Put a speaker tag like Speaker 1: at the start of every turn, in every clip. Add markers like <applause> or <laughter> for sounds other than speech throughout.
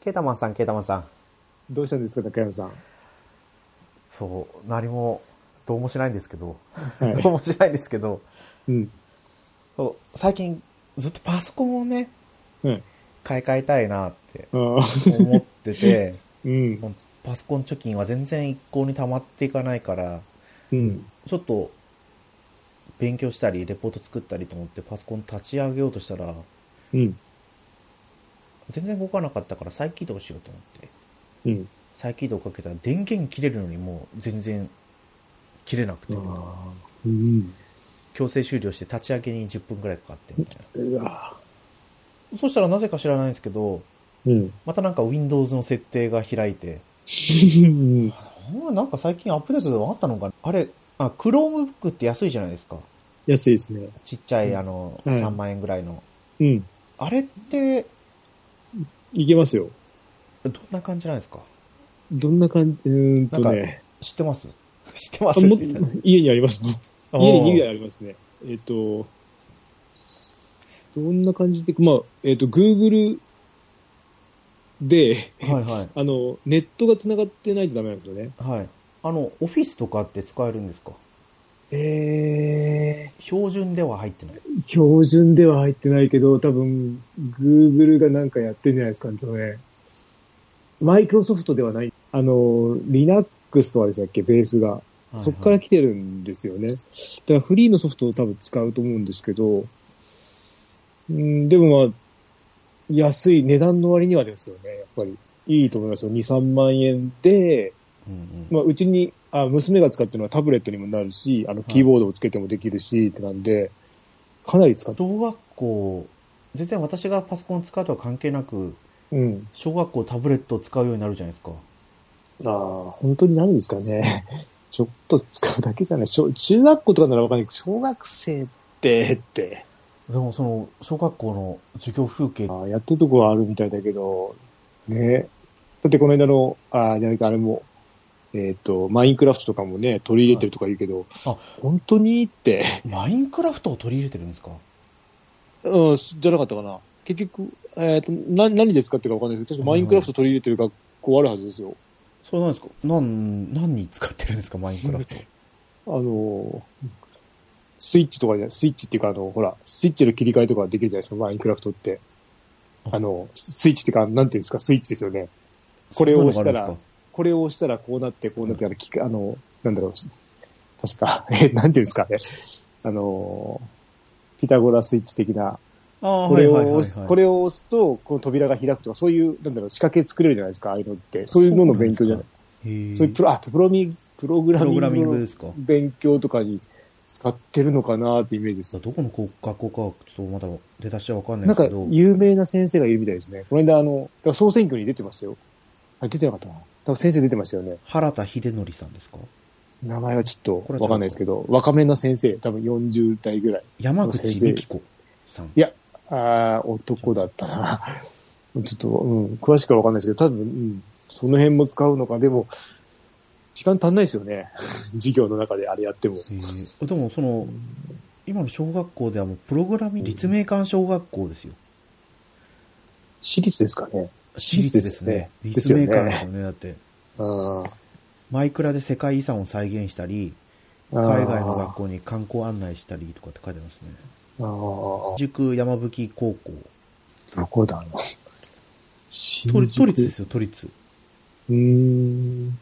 Speaker 1: ケータマンさん、ケータマンさん。
Speaker 2: どうしたんですか、中 <laughs> 山さん。
Speaker 1: そう、何も、どうもしないんですけど、
Speaker 2: い
Speaker 1: どうもしないんですけど、
Speaker 2: うん。
Speaker 1: そう最近ずっとパソコンをね、
Speaker 2: うん。
Speaker 1: 買い替えたいなって
Speaker 2: あー
Speaker 1: 思ってて、 <laughs>
Speaker 2: うん。
Speaker 1: パソコン貯金は全然一向に溜まっていかないから、
Speaker 2: うん。
Speaker 1: ちょっと勉強したり、レポート作ったりと思ってパソコン立ち上げようとしたら、
Speaker 2: うん。
Speaker 1: 全然動かなかったから再起動しようと思って。
Speaker 2: うん。
Speaker 1: 再起動かけたら電源切れるのにもう全然切れなくて、
Speaker 2: あーうん。
Speaker 1: 強制終了して立ち上げに10分くらいかかってみたいう
Speaker 2: わ
Speaker 1: な。そしたらなぜか知らないんですけど、
Speaker 2: うん。
Speaker 1: またなんか Windows の設定が開いて、
Speaker 2: うん
Speaker 1: あなんか最近アップデートでもあったのかなあれ、あ、Chromebook って安いじゃないですか。
Speaker 2: <laughs> 安いですね。
Speaker 1: ちっちゃい、
Speaker 2: うん
Speaker 1: あの、
Speaker 2: うん
Speaker 1: 3万円ぐらいの。
Speaker 2: うん。
Speaker 1: あれって、
Speaker 2: いけますよ。
Speaker 1: どんな感じなんですか
Speaker 2: どんな感じ、うーんとね。
Speaker 1: 知ってます <laughs> 知ってます
Speaker 2: あも
Speaker 1: みたいな
Speaker 2: 家にありますね。家に2台
Speaker 1: あ
Speaker 2: ありますね。えっ、と、どんな感じで、まあ、えっ、と、Google で、
Speaker 1: ーはいはい。
Speaker 2: あの、ネットが繋がってないとダメなんですよね。
Speaker 1: はい。あの、オフィスとかって使えるんですか
Speaker 2: え
Speaker 1: 標準では入ってない。
Speaker 2: ー、標準では入ってないけど、多分、Google がなんかやってんじゃないですかね、そのね。マイクロソフトではない。あの、Linux とかでしたっけ、ベースが。そこから
Speaker 1: はい
Speaker 2: 来てるんですよね。だからフリーのソフトを多分使うと思うんですけど、うん、でもまあ、安い値段の割にはですよね、やっぱり。いいと思いますよ。2、3万円
Speaker 1: は
Speaker 2: で、
Speaker 1: いうんうん
Speaker 2: まあ、うちに、あ、娘が使ってるのはタブレットにもなるし、あの、キーボードをつけてもできるし、ってなんで、かなり使って、
Speaker 1: 小学校、全然私がパソコン使うとは関係なく、
Speaker 2: うん。
Speaker 1: 小学校タブレットを使うようになるじゃないですか。
Speaker 2: ああ、本当に何ですかね。 <laughs> ちょっと使うだけじゃない。小中学校とかならわかんないけど、小学生って、って。
Speaker 1: でもその、小学校の授業風景、
Speaker 2: あーやってるとこはあるみたいだけど、ね。だってこの間の、あーじゃなくてあれも、えっ、と、マインクラフトとかもね、取り入れてるとか言うけど、
Speaker 1: はいあ
Speaker 2: 本当にって、
Speaker 1: マインクラフトを取り入れてるんですか
Speaker 2: うん、じゃなかったかな。結局、えっ、と、な、何で使ってるかわかんないけど、確かマインクラフト取り入れてる学校あるはずですよ。
Speaker 1: それなんですか何、何に使ってるんですかマインクラフト。
Speaker 2: あのー、スイッチとかじゃ、スイッチっていうか、あの、ほら、スイッチの切り替えとかできるじゃないですか、マインクラフトって。あの、スイッチっていうか、なんていうんですか、スイッチですよね。これを押したら
Speaker 1: <laughs> そんなのがあるんで
Speaker 2: これを押したらこうなって、こうなって、あの、聞くあの、なんだろう、確か、 <laughs> え、なんていうんですかね。あの、ピタゴラスイッチ的な、
Speaker 1: すかああ、
Speaker 2: こ
Speaker 1: はい
Speaker 2: れ
Speaker 1: はいはいはい
Speaker 2: を押す、これを押すと、この扉が開くとか、そういう、なんだろう、仕掛け作れるじゃないですか、ああいうのって。そういうのの勉強じゃない。
Speaker 1: い
Speaker 2: そういうプロ、あ、プロミ、プログラ
Speaker 1: プロ
Speaker 2: ミ
Speaker 1: グラミ
Speaker 2: ン
Speaker 1: ング
Speaker 2: グの
Speaker 1: ですか
Speaker 2: 勉強とかに使ってるのかなってイメージです
Speaker 1: ど。この学校かはちょっとまだ出だしはわかんない
Speaker 2: な
Speaker 1: で
Speaker 2: ん
Speaker 1: すけ
Speaker 2: か
Speaker 1: ど、、
Speaker 2: 有名な先生がいるみたいですね。この間、あの、だから総選挙に出てましたよ。あ、出てなかったな。多分先生出てましたよね。
Speaker 1: 原田秀則さんですか
Speaker 2: 名前はちょっとわかんないですけど、若めな先生、多分40代ぐらい。
Speaker 1: 山口美紀子さん。
Speaker 2: いや、ああ、男だったな。ちょっと、うん、詳しくはわかんないですけど、多分、うん、その辺も使うのか。でも、時間足んないですよね。授業の中であれやっても。
Speaker 1: えーでもその、今の小学校ではもうプログラミング、立命館小学校ですよ。
Speaker 2: 私立ですかね。
Speaker 1: 私立ですね。
Speaker 2: です
Speaker 1: 立
Speaker 2: よね
Speaker 1: 命館ですよね。だって、
Speaker 2: あー
Speaker 1: マイクラで世界遺産を再現したり、
Speaker 2: あー。
Speaker 1: 海外の学校に観光案内したりとかって書いてますね。
Speaker 2: あ
Speaker 1: 塾山吹高校。
Speaker 2: あ、どこだろう。
Speaker 1: 都立都
Speaker 2: 都
Speaker 1: 立ですよ、都立。
Speaker 2: うーん。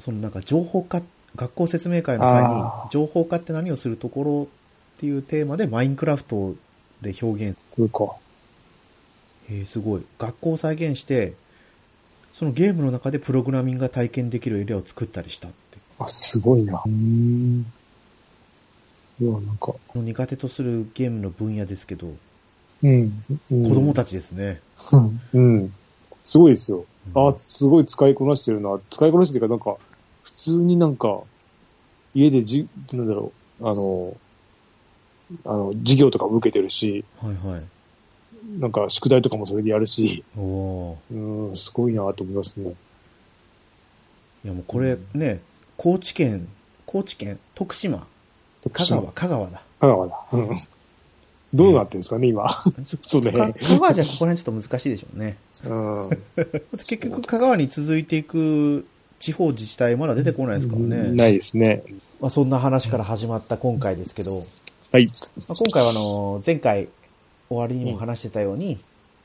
Speaker 1: そのなんか情報化、学校説明会の際に
Speaker 2: あ、ー
Speaker 1: 情報化って何をするところっていうテーマでマインクラフトで表現。
Speaker 2: これか。
Speaker 1: えー、すごい。学校を再現して、そのゲームの中でプログラミングが体験できるエリアを作ったりしたって。
Speaker 2: あ、すごいな。うーん。うわ、なんか、
Speaker 1: の苦手とするゲームの分野ですけど、
Speaker 2: うん。子
Speaker 1: 子供たちですね。
Speaker 2: うんうん。すごいですよ。
Speaker 1: うん
Speaker 2: あ、すごい使いこなしてるな。使いこなしてるっていうか、なんか、普通になんか、家でじ、なんだろう、あの、あの、授業とかも受けてるし、
Speaker 1: はいはい。
Speaker 2: なんか宿題とかもそれでやるし、 <laughs>
Speaker 1: おお
Speaker 2: うん、すごいなと思いますね。
Speaker 1: ー。いやもうこれね、高知 <laughs> 県、高知県、徳島、香川、香川だ。
Speaker 2: 香川だ。うん。どうなってるんですかね、今。そうね
Speaker 1: か香川じゃここら辺ちょっと難しいでしょうね。
Speaker 2: うん。
Speaker 1: 結局、香川に続いていく地方自治体まだ出てこないですからね。
Speaker 2: ないですね。
Speaker 1: まあ、そんな話から始まった今回ですけど、ま
Speaker 2: はい。
Speaker 1: あ、今回はあの、前回終わりにも話してたように、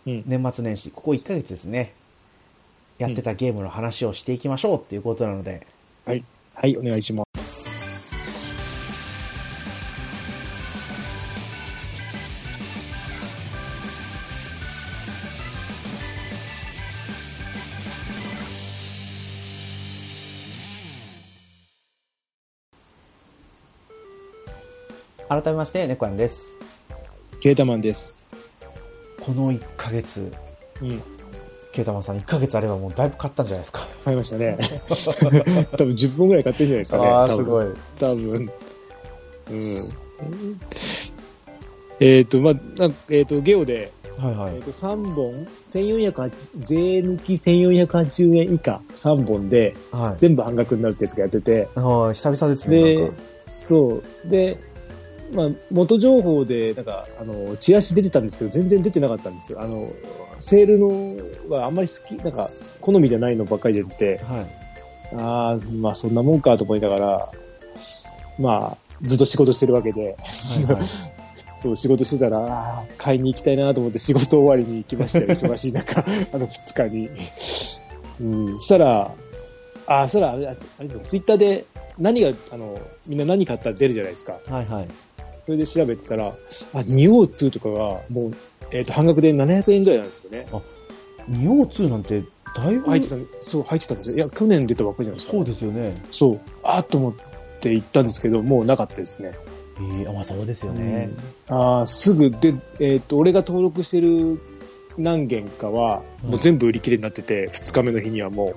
Speaker 2: うん。
Speaker 1: 年末年始、ここ1ヶ月ですね、やってたゲームの話をしていきましょうっていうことなので、
Speaker 2: はい。はい、お願いします。
Speaker 1: 改めまして、猫やんです。
Speaker 2: ケータマンです。
Speaker 1: この1ヶ月、
Speaker 2: うん。
Speaker 1: ケータマンさん1ヶ月あればもうだいぶ買ったんじゃないですか。
Speaker 2: 買いましたね。 <laughs> 多分10本ぐらい買ってるんじゃないですかね。多分
Speaker 1: い。
Speaker 2: 多分。うん。えっ、と、まあ、なんえっ、と、ゲオで、
Speaker 1: はいは
Speaker 2: え
Speaker 1: い
Speaker 2: ー、。と3本、1480、税抜き1480円以下3本で、
Speaker 1: はい。
Speaker 2: 全部半額になるってやつがやってて、
Speaker 1: ああ、久々ですね。
Speaker 2: で
Speaker 1: なんか
Speaker 2: そう。で、まあ、元情報で、なんか、あの、チラシ出てたんですけど、全然出てなかったんですよ。あの、セールのはあんまり好き、なんか、好みじゃないのばっかり出てて、
Speaker 1: はい。
Speaker 2: ああ、まあ、そんなもんかと思いながら、まあ、ずっと仕事してるわけで、
Speaker 1: はいはい、
Speaker 2: そう、仕事してたら、あー買いに行きたいなと思って仕事終わりに行きましたよ。忙しい中、あの2日に。うん、そしたら、あー、そしたらあれ、あれですよツイッターで何が、あの、みんな何買ったら出るじゃないですか。
Speaker 1: はいはい。
Speaker 2: それで調べてたら、あ、2王2とかが、もう、えっ、と、半額で700円ぐらいなんですよね。
Speaker 1: 仁王2なんて、だいぶ、
Speaker 2: 入ってたん、そう、入ってたんですよ。いや、去年出たばっかりじゃないですか。
Speaker 1: そうですよね。
Speaker 2: そう。あーっと思って行ったんですけど、もうなかったですね。
Speaker 1: えー、あ、まあそうですよね。
Speaker 2: ああ、すぐで、えっと俺が登録してる何件かは、
Speaker 1: うん
Speaker 2: もう全部売り切れになってて、2日目の日にはもう、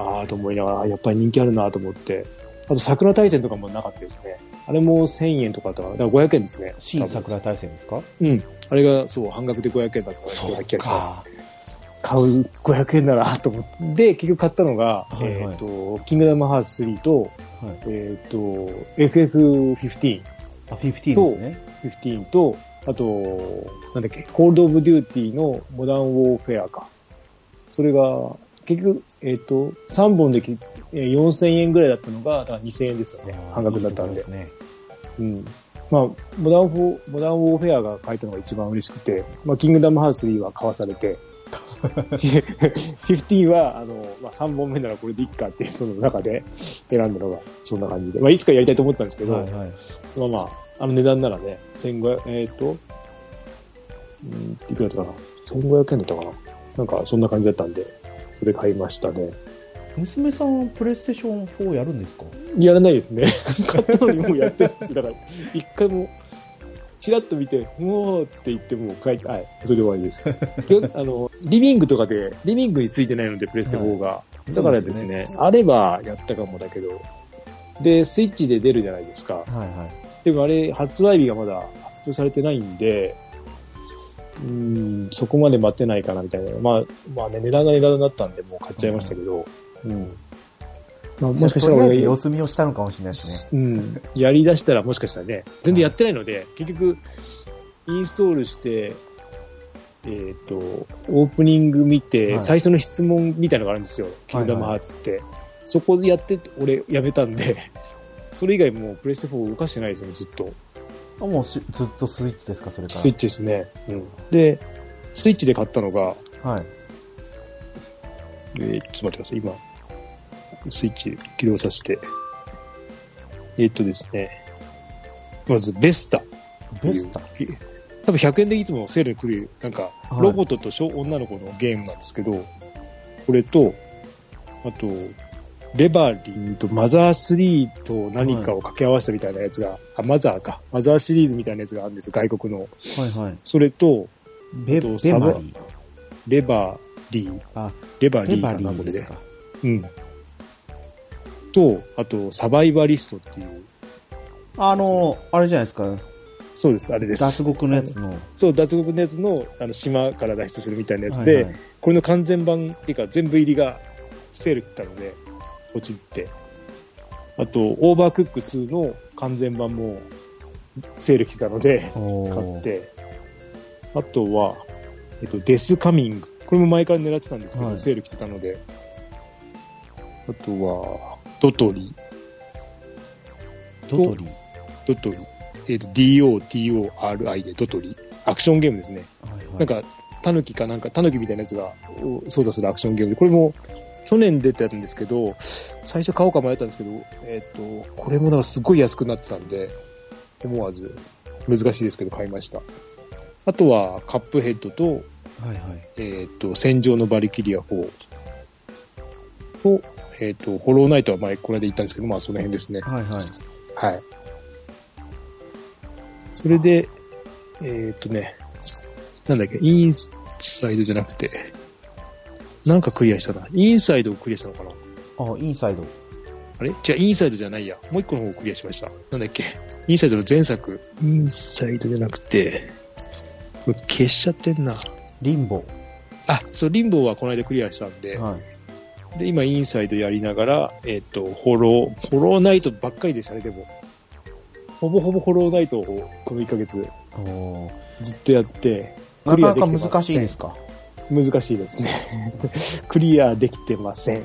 Speaker 2: ああと思いながら、やっぱり人気あるなと思って、あと桜大戦とかもなかったですね。あれも1000円とかだったから、だから500円ですね。
Speaker 1: 新
Speaker 2: 多分
Speaker 1: 桜大戦ですか
Speaker 2: うん。あれがそう、半額で500円だったような気がします
Speaker 1: そ。
Speaker 2: 買う500円ならと思って、で、結局買ったのが、
Speaker 1: はいはい
Speaker 2: えっ、と、キングダムハーツ3と、
Speaker 1: うかはい。
Speaker 2: えっ、と、FF15。
Speaker 1: あ、50ですね。
Speaker 2: 15と、あと、なんだっけ、コールド・オブ・デューティーのモダン・ウォーフェアか。それが、結局、えっ、と、3本できえー4000円ぐらいだったのが、だから2000円ですよね
Speaker 1: あ。ー
Speaker 2: 半額だったん
Speaker 1: い
Speaker 2: で。
Speaker 1: いところすね。
Speaker 2: うん。まあ、モダンフォー、モダンウォーフェアが書いたのが一番嬉しくて、まあ、キングダムハウス3は買わされて、15は、あの、まあ、3本目ならこれでいっかっていうその中で選んだのが、そんな感じで。まあ、いつかやりたいと思ったんですけど、
Speaker 1: はいはい。
Speaker 2: まあまあ、あの値段ならね、1500、えっ、と、うん、いくらだったかな ?1500 円だったかななんか、そんな感じだったんで、それ買いましたね。
Speaker 1: 娘さん、プレイステーション4やるんですか
Speaker 2: やらないですね。 <laughs> 買ったのにもうやってるんです。だから、一回も、チラッと見て、もうって言って、もう書いて、はい、それで終わりです。であの、リビングとかで、リビングについてないので、プレステ4が。だからですね、あればやったかもだけど、で、スイッチで出るじゃないですか。
Speaker 1: はいはい。
Speaker 2: でもあれ、発売日がまだ発表されてないんで、うーん、そこまで待ってないかなみたいな。まあ、まあね、値段が値段だったんで、もう買っちゃいましたけど、うん。まあ、もしかしたら
Speaker 1: とりあえ
Speaker 2: 俺
Speaker 1: ず
Speaker 2: が
Speaker 1: 様子見をしたのかもしれないですね。
Speaker 2: うん、やりだしたらもしかしたらね、全然やってないので、結局、インストールして、えっ、と、オープニング見て、
Speaker 1: はい
Speaker 2: 最初の質問みたいなのがあるんですよ。キングダム
Speaker 1: はいは
Speaker 2: ハ
Speaker 1: い
Speaker 2: ーツって。そこでやって、俺やめたんで、それ以外もうプレステ4を動かしてないですよね、ずっと。
Speaker 1: あもうしずっとスイッチですか、それから。
Speaker 2: スイッチですね。うん、で、スイッチで買ったのが、
Speaker 1: はい。
Speaker 2: えーちょっと待ってください、今、スイッチ起動させて。えーっとですね、まず、ベスタ。
Speaker 1: ベスタ。
Speaker 2: 多分100円でいつもセールに来る、なんか、
Speaker 1: はい
Speaker 2: ロボットと小女の子のゲームなんですけど、これと、あと、レバリーとマザー3と何かを掛け合わせたみたいなやつが、あ、マザーか。マザーシリーズみたいなやつがあるんですよ、外国の。
Speaker 1: はいはい。
Speaker 2: それと、
Speaker 1: ベ、
Speaker 2: と
Speaker 1: ベマリ
Speaker 2: レバリー。
Speaker 1: あ
Speaker 2: レバ
Speaker 1: ー。
Speaker 2: リ
Speaker 1: ベ
Speaker 2: ー
Speaker 1: マ
Speaker 2: か
Speaker 1: リ
Speaker 2: な、こ
Speaker 1: ー
Speaker 2: れ
Speaker 1: です
Speaker 2: で。
Speaker 1: か。
Speaker 2: うん。と、あと、サバイバリストっていう。
Speaker 1: あの、あれじゃないですか。
Speaker 2: そうです、あれです。
Speaker 1: 脱獄のやつの。
Speaker 2: そう、脱獄のやつの、あの、島から脱出するみたいなやつで、
Speaker 1: はいはい
Speaker 2: これの完全版っていうか全部入りがセールだったので、ポチって。あと、オーバークック2の完全版もセール来てたので、
Speaker 1: おー
Speaker 2: 買って、あとは、えっと、デスカミング。これも前から狙ってたんですけど、
Speaker 1: はい
Speaker 2: セール来てたので。あとは、ドトリ。
Speaker 1: ドトリー。
Speaker 2: ドトリ。えっと、DOTORI でドトリ。アクションゲームですね。
Speaker 1: はいはい
Speaker 2: なんか、タヌキかなんか、タヌキみたいなやつがを操作するアクションゲームで、これも去年出てたんですけど、最初買おうか迷ったんですけど、えっ、と、これもなんかすごい安くなってたんで、思わず、難しいですけど買いました。あとは、カップヘッドと、
Speaker 1: はいはい。
Speaker 2: えっ、と、戦場のバリキリア4と、えっ、と、ホローナイトは前、この間言ったんですけど、まあその辺ですね。
Speaker 1: はいはい。
Speaker 2: はい。それで、えーっとね、なんだっけ、インサイドじゃなくて、なんかクリアしたな。インサイドをクリアしたのかな
Speaker 1: あ、インサイド。
Speaker 2: あれじゃあインサイドじゃないや。もう一個の方をクリアしました。なんだっけインサイドの前作。インサイドじゃなくて、これ消しちゃってんな。
Speaker 1: リンボ。
Speaker 2: あ、そう、リンボーはこの間クリアしたんで、
Speaker 1: はい。
Speaker 2: で、今、インサイドやりながら、えっ、と、ホロー、ホローナイトばっかりでしたね、でも。ほぼほぼホローナイトを、この1ヶ月、
Speaker 1: おー
Speaker 2: ずっとやって、ク
Speaker 1: な
Speaker 2: リア
Speaker 1: か
Speaker 2: で
Speaker 1: な
Speaker 2: きて
Speaker 1: か
Speaker 2: ま
Speaker 1: 難し
Speaker 2: せん
Speaker 1: いですか。
Speaker 2: 難しいですね。 <laughs> クリアできてません。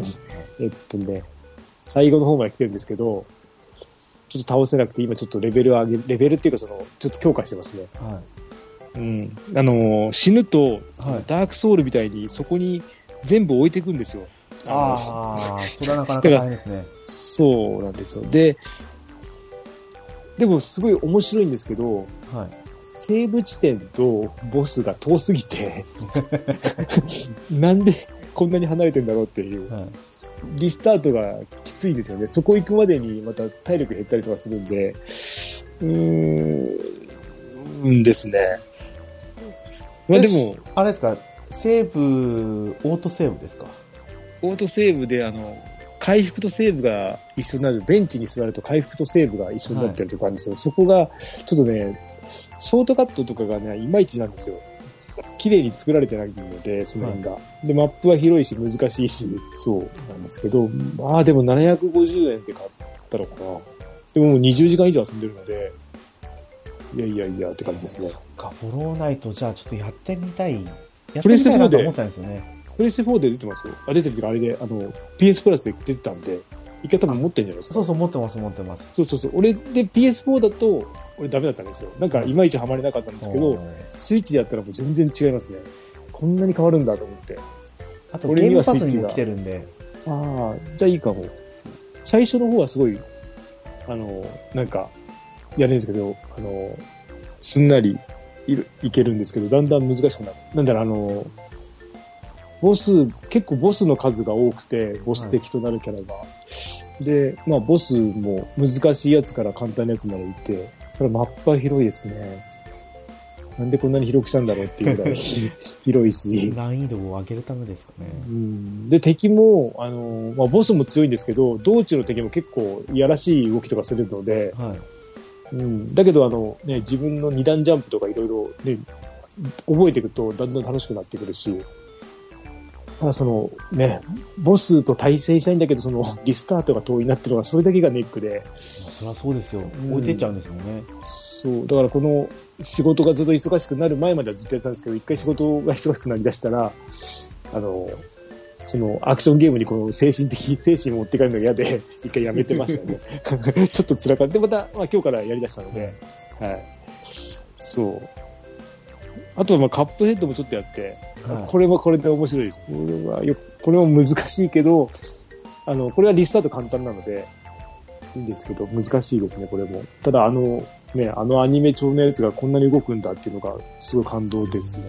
Speaker 2: えっとね、最後の方まで来てるんですけど、ちょっと倒せなくて、今ちょっとレベル上げ、レベルっていうかその、ちょっと強化してますね。
Speaker 1: は
Speaker 2: うん。あのー死ぬと、
Speaker 1: い。はい。
Speaker 2: ダークソウルみたいに、そこに全部置いていくんですよ。
Speaker 1: ああ、それはなかなか大変ですね。
Speaker 2: そうなんですよ。で、でもすごい面白いんですけど、
Speaker 1: はい。
Speaker 2: セーブ地点とボスが遠すぎて、なんでこんなに離れてんだろうっていう、
Speaker 1: はい
Speaker 2: リスタートがきついんですよね。そこ行くまでにまた体力減ったりとかするんで、うーん、うんですね。まあでも、
Speaker 1: あれですか、セーブ、オートセーブですか。
Speaker 2: オートセーブで、あの、回復とセーブが一緒になる、ベンチに座ると回復とセーブが一緒になってるとかあるんですよ。そこが、ちょっとね、ショートカットとかがね、いまいちなんですよ。綺麗に作られてないので、その辺が。で、マップは広いし、難しいし、そうなんですけど、まあでも750円で買ったのかな。でももう20時間以上遊んでるので、いやいやいやって感じですね
Speaker 1: そっ。か、フォローナイト、じゃあちょっとやってみたい。やってみ
Speaker 2: プレステ
Speaker 1: たい
Speaker 2: 4
Speaker 1: な
Speaker 2: で
Speaker 1: と思ったんですよね。
Speaker 2: プレステ4で出てますよ。あ、出てるけど、あれで、あの、PS プラスで出てたんで、一回多分持ってるんじゃないですか。
Speaker 1: そうそう、持ってます、持ってます。
Speaker 2: そうそうそう。俺で PS4 だと、俺ダメだったんですよ。なんかいまいちハマれなかったんですけ
Speaker 1: お
Speaker 2: ど、
Speaker 1: ー
Speaker 2: スイッチでやったらもう全然違いますね。こんなに変わるんだと思って。
Speaker 1: あと、
Speaker 2: 俺
Speaker 1: ゲ
Speaker 2: に
Speaker 1: ー
Speaker 2: は
Speaker 1: ムパス
Speaker 2: スイッチ
Speaker 1: に
Speaker 2: が
Speaker 1: も来てるんで、
Speaker 2: ああ、じゃあいいかも。最初の方はすごい、あの、なんか、やるんですけど、あの、すんなりいるいけるんですけど、だんだん難しくなる。なんだろう、あの、ボス、結構ボスの数が多くて、ボス敵となるキャラが。で、まあ、ボスも難しいやつから簡単なやつまでいて、これマップは広いですね。なんでこんなに広くしたんだろうっていうぐら <laughs> い広いし。
Speaker 1: 難易度を上げるためですかね。
Speaker 2: うんで、敵も、あのまあ、ボスも強いんですけど、道中の敵も結構いやらしい動きとかするので、
Speaker 1: はい。
Speaker 2: うん、だけどあの、ね、自分の二段ジャンプとかいろいろね、覚えていくとだんだん楽しくなってくるし、ただそのね、ボスと対戦したいんだけど、そのリスタートが遠いなっていうのが、それだけがネックで、
Speaker 1: まあそりゃそうですよ
Speaker 2: ん。
Speaker 1: 置いてっちゃうんですよね。
Speaker 2: そう、だからこの仕事がずっと忙しくなる前まではずっとやってたんですけど、一回仕事が忙しくなりだしたら、あの、そのアクションゲームにこの精神的、 <laughs> 精神を持って帰るのが嫌で、 <laughs> 一回やめてましたね。 <laughs> ちょっと辛かった。で、また、まあ今日からやりだしたので、はい。そう。あとはまあカップヘッドもちょっとやって、
Speaker 1: はい
Speaker 2: これはこれで面白いです。これはよこれも難しいけど、あの、これはリスタート簡単なので、いいんですけど、難しいですね、これも。ただ、あの、ね、あのアニメ調のやつがこんなに動くんだっていうのが、すごい感動ですね。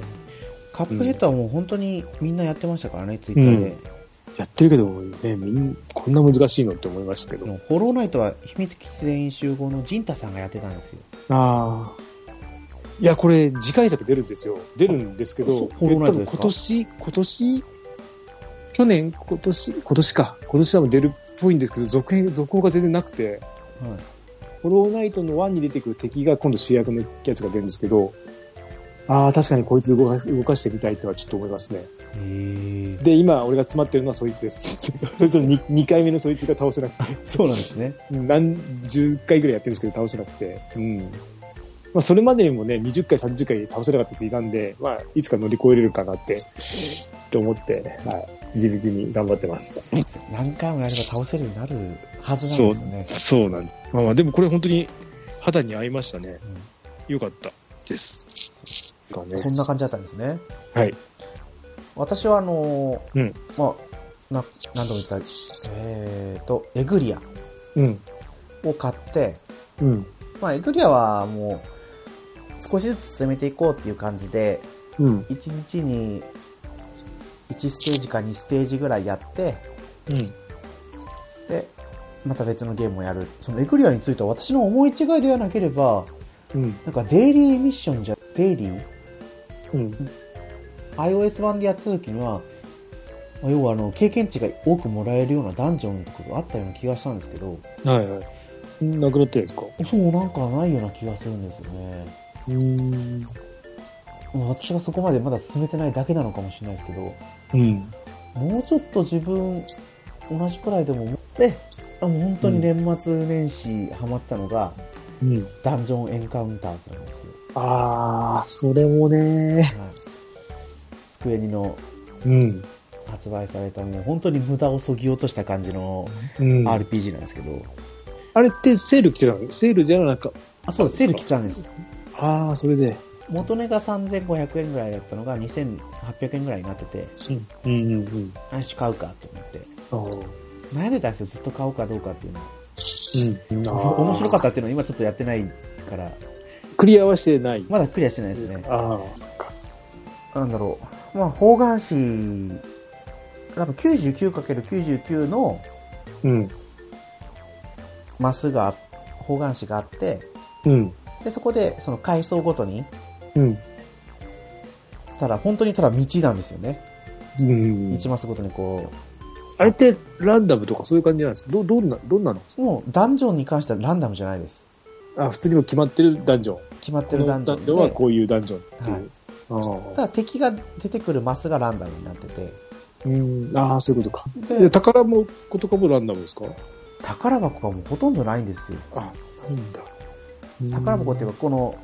Speaker 1: カップヘッドはもう本当にみんなやってましたからね、ツイッターで。
Speaker 2: やってるけど、ね、みん、こんな難しいのって思いましたけ
Speaker 1: で
Speaker 2: ど。
Speaker 1: もフォローナイトは秘密基地全員集合のジンタさんがやってたんですよ。
Speaker 2: ああ。いや、これ、次回作出るんですよ。出るんですけ
Speaker 1: そ
Speaker 2: ど
Speaker 1: う、ホローナイトですか
Speaker 2: 今年、今年、去年、今年、今年か。今年多分出るっぽいんですけど、続編、続報が全然なくて、
Speaker 1: はい。
Speaker 2: ホローナイトの1に出てくる敵が今度主役のやつが出るんですけど、ああ、確かにこいつ動か動かしてみたいってのはちょっと思いますね。
Speaker 1: えー、
Speaker 2: で、今、俺が詰まってるのはそいつです。 <laughs> そいつの 2, 2回目のそいつが倒せなくて、
Speaker 1: そうなんですね。
Speaker 2: 何十回ぐらいやってるんですけど倒せなくて、うん。まあ、それまでにもね、20回、30回倒せなかったやついたんで、まあ、いつか乗り越えれるかなって、って思って、はい、地道に頑張ってます。
Speaker 1: 何回もやれば倒せるようになるはずなんですよね。
Speaker 2: そうなんです。まあまあ、でもこれ本当に肌に合いましたね。よかったです。こ
Speaker 1: うんこんな感じだったんですね。
Speaker 2: はい。
Speaker 1: 私はあのー
Speaker 2: うん
Speaker 1: まあ、な、何度も言った、えっ、と、エグリア
Speaker 2: うん。
Speaker 1: を買って、
Speaker 2: うん。
Speaker 1: まあ、エグリアはもう、少しずつ進めていこうっていう感じで、
Speaker 2: うん。
Speaker 1: 1日に1ステージか2ステージぐらいやって、で、また別のゲームをやる。そのエグリアについては私の思い違いではなければ、
Speaker 2: うん。
Speaker 1: なんかデイリーミッションじゃ、デイリー
Speaker 2: うん。
Speaker 1: iOS 版でやった時には、まあ要はあの、経験値が多くもらえるようなダンジョンとかがあったような気がしたんですけど、
Speaker 2: はいはい。なくなってるんですか
Speaker 1: そうなんかないような気がするんですよね。
Speaker 2: うん。
Speaker 1: まあ私がそこまでまだ進めてないだけなのかもしれないですけど、
Speaker 2: うん。
Speaker 1: もうちょっと自分、同じくらいでも思って、あもう本当に年末年始ハマったのが、
Speaker 2: うん。
Speaker 1: ダンジョンエンカウンターズなんですよ。
Speaker 2: ああ、それも
Speaker 1: は
Speaker 2: ね。
Speaker 1: い。スクエニの
Speaker 2: うん。
Speaker 1: 発売されたもう本当に無駄をそぎ落とした感じの
Speaker 2: うん、あ
Speaker 1: RPG なんですけど、
Speaker 2: れってセール来てたのセールじゃなく
Speaker 1: あ、そうです。セール来たんです。
Speaker 2: ああ、それで。
Speaker 1: 元値が3500円ぐらいだったのが2800円ぐらいになってて、
Speaker 2: うん。うんうんうん。
Speaker 1: あ、よし買うかと思って。
Speaker 2: あー
Speaker 1: 悩んでたんですよ。ずっと買おうかどうかっていうのは。
Speaker 2: うん。
Speaker 1: 面白か
Speaker 2: っ
Speaker 1: ったっていうのは今ちょっとやってないから、
Speaker 2: た。クリアはしてない。
Speaker 1: まだクリアしてないですね。
Speaker 2: ああ、そっか。
Speaker 1: なんだろう。まあ、方眼紙、多分 99×99 の
Speaker 2: うん。
Speaker 1: マスが、方眼紙があって、
Speaker 2: うん。
Speaker 1: で、そこで、その階層ごとに、
Speaker 2: うん。
Speaker 1: ただ、本当にただ道なんですよね。
Speaker 2: うん
Speaker 1: 1マスごとにこ
Speaker 2: あれってランダムとかそういう感じなんですどどんな、どんなの
Speaker 1: う、もう、ダンジョンに関してはランダムじゃないです。
Speaker 2: あ、普通にも決まってるダンジョン。
Speaker 1: 決まってるダンジョンで。
Speaker 2: はこういうダンジョンっていう。
Speaker 1: ただ、敵が出てくるマスがランダムになってて。
Speaker 2: あーうん、あー、そういうことか。で
Speaker 1: で、
Speaker 2: 宝もことかもランダムですか
Speaker 1: 宝箱がもうほとんどないんですよ。
Speaker 2: あ、そうなんだ。うん
Speaker 1: 宝箱っていうか、この、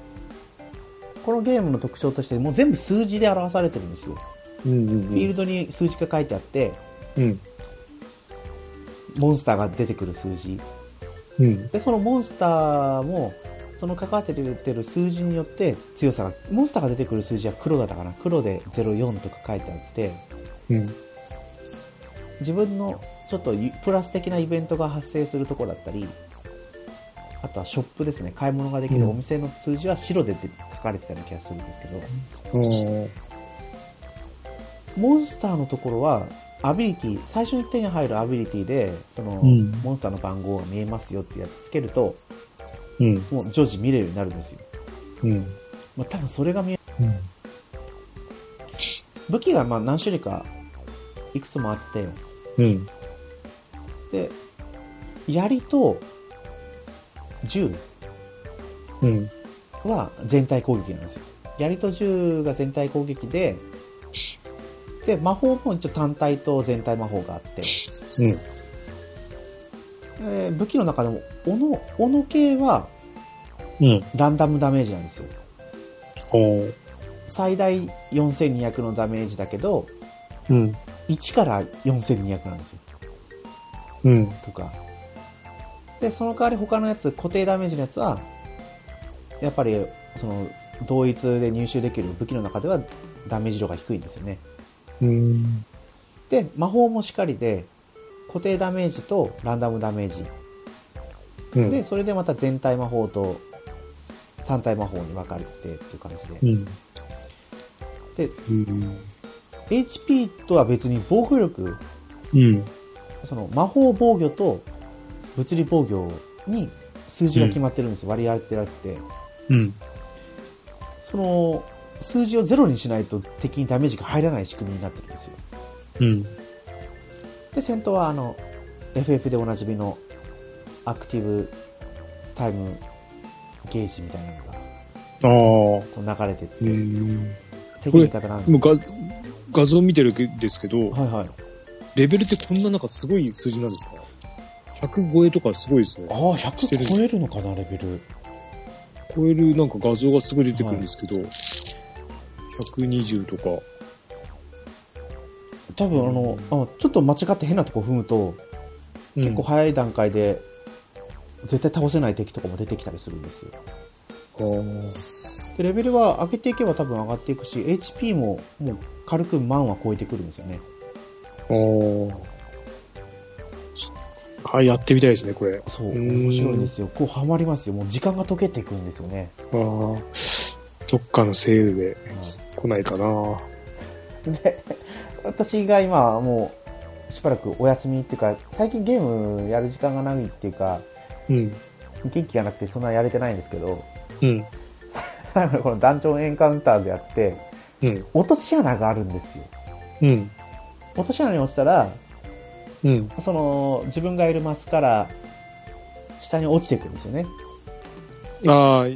Speaker 1: このゲームの特徴として、もう全部数字で表されてるんですよ。
Speaker 2: うんうん
Speaker 1: フィールドに数字が書いてあって、
Speaker 2: うん。うん。
Speaker 1: モンスターが出てくる数字。
Speaker 2: うん。
Speaker 1: で、そのモンスターも、その関わってる数字によって強さが、モンスターが出てくる数字は黒だったかな。黒で04とか書いてあって、
Speaker 2: うん。
Speaker 1: 自分のちょっとゆプラス的なイベントが発生するところだったり、あとはショップですね。買い物ができ
Speaker 2: う
Speaker 1: る
Speaker 2: ん
Speaker 1: お店の数字は白でって書かれてたような気がするんですけど、モンスターのところは、アビリティ、最初に手に入るアビリティで、その、
Speaker 2: うん
Speaker 1: モンスターの番号が見えますよってやつつけると、
Speaker 2: うん。
Speaker 1: もう常時見れるようになるんですよ。
Speaker 2: うん。
Speaker 1: まあ、多分それが見え武器がまあ何種類かいくつもあって、
Speaker 2: うん。
Speaker 1: で、槍と銃
Speaker 2: うん。
Speaker 1: は全体攻撃なんですよ。槍と銃が全体攻撃で、で、魔法も一応単体と全体魔法があって、で武器の中でも、斧、斧系は
Speaker 2: うん。うん。
Speaker 1: ランダムダメージなんですよ。
Speaker 2: ほう。
Speaker 1: 最大4200のダメージだけど、
Speaker 2: うん。
Speaker 1: 1から4200なんですよ。
Speaker 2: うん。
Speaker 1: とか。で、その代わり他のやつ、固定ダメージのやつは、やっぱり、その、同一で入手できる武器の中ではダメージ量が低いんですよね。
Speaker 2: うん。
Speaker 1: で、魔法もしっかりで、固定ダメージとランダムダメージ。
Speaker 2: うん。
Speaker 1: で、それでまた全体魔法と単体魔法に分かれてっていう感じ
Speaker 2: うん。
Speaker 1: で。で、
Speaker 2: うん。
Speaker 1: HP とは別に防御力、
Speaker 2: うん。
Speaker 1: その魔法防御と物理防御に数字が決まってるんですよ。割り当てられてて。
Speaker 2: うん。
Speaker 1: その数字をゼロにしないと敵にダメージが入らない仕組みになってるんですよ。
Speaker 2: うん。
Speaker 1: で、戦闘はあの、FF でおなじみのアクティブタイムゲージみたいなのが
Speaker 2: ああ。
Speaker 1: こう流れてって、
Speaker 2: うん。
Speaker 1: 敵味方なんで
Speaker 2: もう画画像見てるんですけど、
Speaker 1: はいはい。
Speaker 2: レベルってこんななんかすごい数字なんですか ?100 超えとかすごいですね。
Speaker 1: ああ、100超えるのかな、レベル。
Speaker 2: 超えるなんか画像がすぐ出てくるんですけど、120とか。
Speaker 1: 多分あの、あちょっと間違って変なとこ踏むと、結構早い段階で、絶対倒せない敵とかも出てきたりするんですよ。
Speaker 2: うん、ああ
Speaker 1: で、レベルは上げていけば多分上がっていくし、HP ももう軽く万は超えてくるんですよね。
Speaker 2: おーはい、やってみたいですね、これ。
Speaker 1: そう、
Speaker 2: うーん
Speaker 1: 面白いんですよ。こうハマりますよ。もう時間が溶けていくんですよね。
Speaker 2: あーどっかのセールで来ないかな。
Speaker 1: で、私が今もうしばらくお休みっていうか、最近ゲームやる時間がないっていうか、
Speaker 2: うん。
Speaker 1: 元気がなくてそんなやれてないんですけど、 <laughs>
Speaker 2: うん。
Speaker 1: 最後のこのダンジョンエンカウンターでやって、
Speaker 2: うん。
Speaker 1: 落とし穴があるんですよ。
Speaker 2: うん。
Speaker 1: 落とし穴に落ちたら、
Speaker 2: うん。
Speaker 1: その自分がいるマスから下に落ちていくんですよね。
Speaker 2: ああ、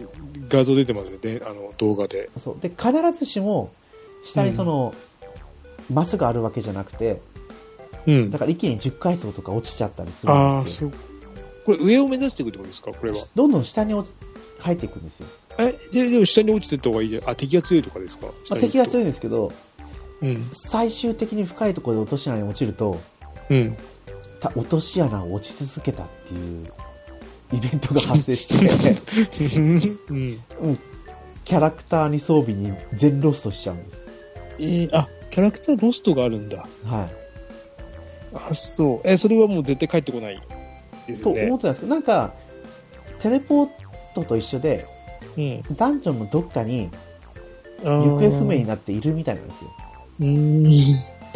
Speaker 2: 画像出てますね、であの動画で。
Speaker 1: そう。で、必ずしも下にその、マスがあるわけじゃなくて、
Speaker 2: うん
Speaker 1: だ。から一気に10階層とか落ちちゃったりする
Speaker 2: あ
Speaker 1: ん
Speaker 2: あ、
Speaker 1: です
Speaker 2: そ
Speaker 1: よ。
Speaker 2: う。これ上を目指していくってことですか、これは。
Speaker 1: どんどん下に落ち入っていくんですよ。
Speaker 2: え、ででも下に落ちてった方がいいじゃん。あ、敵が強いとかですか
Speaker 1: まあ、敵が強
Speaker 2: い。
Speaker 1: いんですけど、
Speaker 2: うん。
Speaker 1: 最終的に深いところで落とし穴に落ちると、 <laughs>
Speaker 2: うん。
Speaker 1: た落とし穴を落ち続けたっていうイベントが発生
Speaker 2: <laughs>
Speaker 1: して、
Speaker 2: うん。
Speaker 1: うん、キャラクターに装備に全ロストしちゃうんです。
Speaker 2: えーあ、キャラクターロストがあるんだ。
Speaker 1: はい。
Speaker 2: あ、そう。え、それはもう絶対帰ってこないです
Speaker 1: と
Speaker 2: よ
Speaker 1: 思
Speaker 2: ね
Speaker 1: っ。てたんですけど、なんか、テレポートと一緒で、
Speaker 2: うん。
Speaker 1: ダンジョンのどっかに行方
Speaker 2: 行
Speaker 1: 不明になっているみたいなんですよ。
Speaker 2: うーん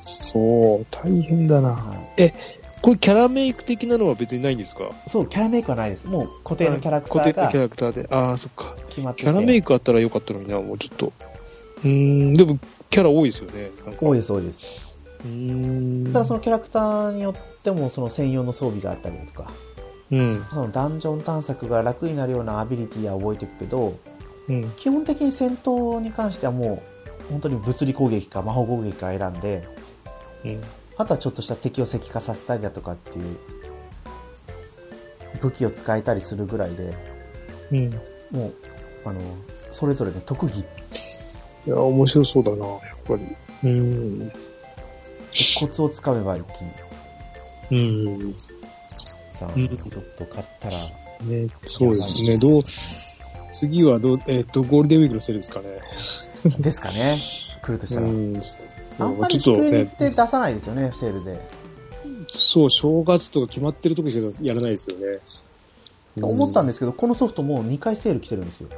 Speaker 2: そう、大変だな。
Speaker 1: は
Speaker 2: これキャラメイク的なのは別にないんですか
Speaker 1: い、そう、キャラメイクはないです。もう固定のキャラクタ
Speaker 2: 固
Speaker 1: ー
Speaker 2: 定のキャ
Speaker 1: が
Speaker 2: ラクターで。ああ、そっか。
Speaker 1: 決まって
Speaker 2: キ
Speaker 1: て。
Speaker 2: ャラメイクあったらよかったのにな、もうちょっと。うーん、でもキャラ多いですよね。なんか
Speaker 1: 多い
Speaker 2: い。
Speaker 1: です、多いです。
Speaker 2: うーん。
Speaker 1: ただそのキャラクターによっても、その専用の装備があったりだとか、
Speaker 2: うん。
Speaker 1: そのダンジョン探索が楽になるようなアビリティは覚えていくけど、
Speaker 2: うん。
Speaker 1: 基本的に戦闘に関してはもう、本当に物理攻撃か魔法攻撃か選んで、
Speaker 2: うん。
Speaker 1: あとはちょっとした敵を石化させたりだとかっていう、武器を使えたりするぐらいで、
Speaker 2: うん。い
Speaker 1: もう、あの、それぞれの特技、
Speaker 2: や、面白そうだな、やっぱり。うーん。
Speaker 1: コツをつかめば一気に。
Speaker 2: うん。
Speaker 1: さあ、
Speaker 2: うん
Speaker 1: ちょっと買ったら、
Speaker 2: ね、そうですね。どう、次はどう、えっ、と、ゴールデンウィークのせいですかね。
Speaker 1: ですかね、来るとしたら。
Speaker 2: ん。そう
Speaker 1: あんまり
Speaker 2: ちょっと
Speaker 1: 机に
Speaker 2: ね
Speaker 1: 行って出さないですよね、セールで。
Speaker 2: そう、正月とか決まってる時しかやらないですよね。
Speaker 1: 思ったん
Speaker 2: で
Speaker 1: ですけど、このソフトもう2回セール来てるんですよ。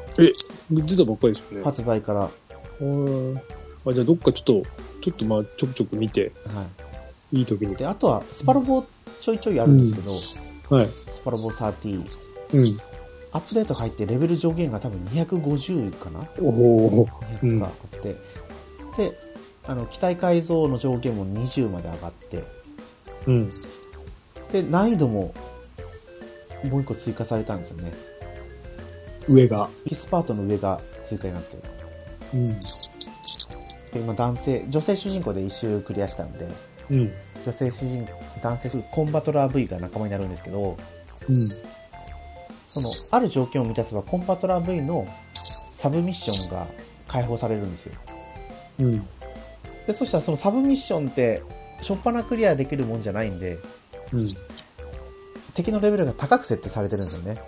Speaker 2: 出たばっかりですよね。
Speaker 1: 発売から。は
Speaker 2: うんあじゃあ、どっかちょっと、ちょっとまあ、ちょくちょく見て、いい時に
Speaker 1: い。。で、あとは、スパロボちょいちょいあるんですけど、ス
Speaker 2: はい。
Speaker 1: パロボ30。
Speaker 2: うん。
Speaker 1: アップデート入ってレベル上限が多分250かな
Speaker 2: おお。
Speaker 1: ?200 かあって。で、あの、機体改造の上限も20まで上がって。
Speaker 2: うん。
Speaker 1: で、難易度も、もう一個追加されたんですよね。
Speaker 2: 上が。
Speaker 1: エキスパートの上が追加になってる。
Speaker 2: うん。
Speaker 1: で、今男性、女性主人公で一周クリアしたんで、
Speaker 2: うん。
Speaker 1: 女性主人、男性主人公、コンバトラー V が仲間になるんですけど、
Speaker 2: うん。
Speaker 1: その、ある条件を満たせば、コンバトラー V のサブミッションが解放されるんですよ。
Speaker 2: うん。
Speaker 1: で、そしたらそのサブミッションって、初っ端クリアできるもんじゃないんで、
Speaker 2: うん。
Speaker 1: 敵のレベルが高く設定されてるんですよね。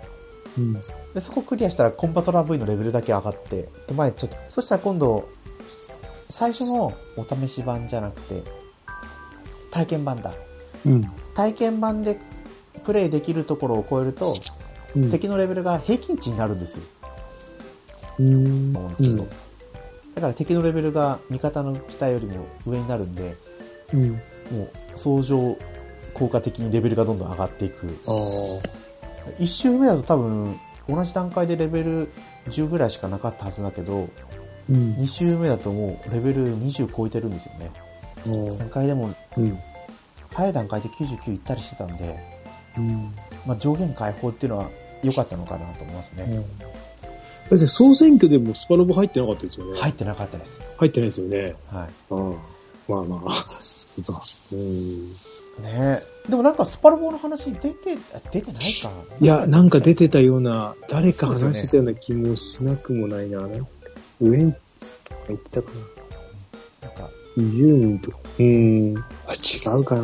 Speaker 2: うん。
Speaker 1: で、そこクリアしたらコンバトラー V のレベルだけ上がって、で、前ちょっと、そしたら今度、最初のお試し版じゃなくて、体験版だ。
Speaker 2: うん。
Speaker 1: 体験版でプレイできるところを超えると、
Speaker 2: うん。
Speaker 1: 敵のレベルが平均値になるんですよ。
Speaker 2: うん。
Speaker 1: 今のところだから敵のレベルが味方の機体よりも上になるんで、
Speaker 2: うん。
Speaker 1: もう相乗効果的にレベルがどんどん上がっていく。
Speaker 2: ああ。
Speaker 1: 1周目だと多分、同じ段階でレベル10ぐらいしかなかったはずだけど、
Speaker 2: うん。
Speaker 1: 2周目だともうレベル20超えてるんですよね。段階でも
Speaker 2: うん。
Speaker 1: 早い段階で99いったりしてたんで、
Speaker 2: うん。
Speaker 1: まあ、上限解放っていうのは良かったのかなと思いますね。
Speaker 2: だって総選挙でもスパロボ入ってなかったですよね。
Speaker 1: 入ってなかったです。
Speaker 2: 入ってないですよね。
Speaker 1: はい。
Speaker 2: ああまあまあ。そうだ。うん。
Speaker 1: ねでもなんかスパロボの話出て、あ出てないか
Speaker 2: いや、なんか
Speaker 1: て。
Speaker 2: 出てたような、誰か
Speaker 1: そうで
Speaker 2: 話
Speaker 1: す
Speaker 2: してたような気もしなくもないな。ウエンツとか言ってたか
Speaker 1: なんか、
Speaker 2: な。ユーミンとか。うん。あ、違うかな。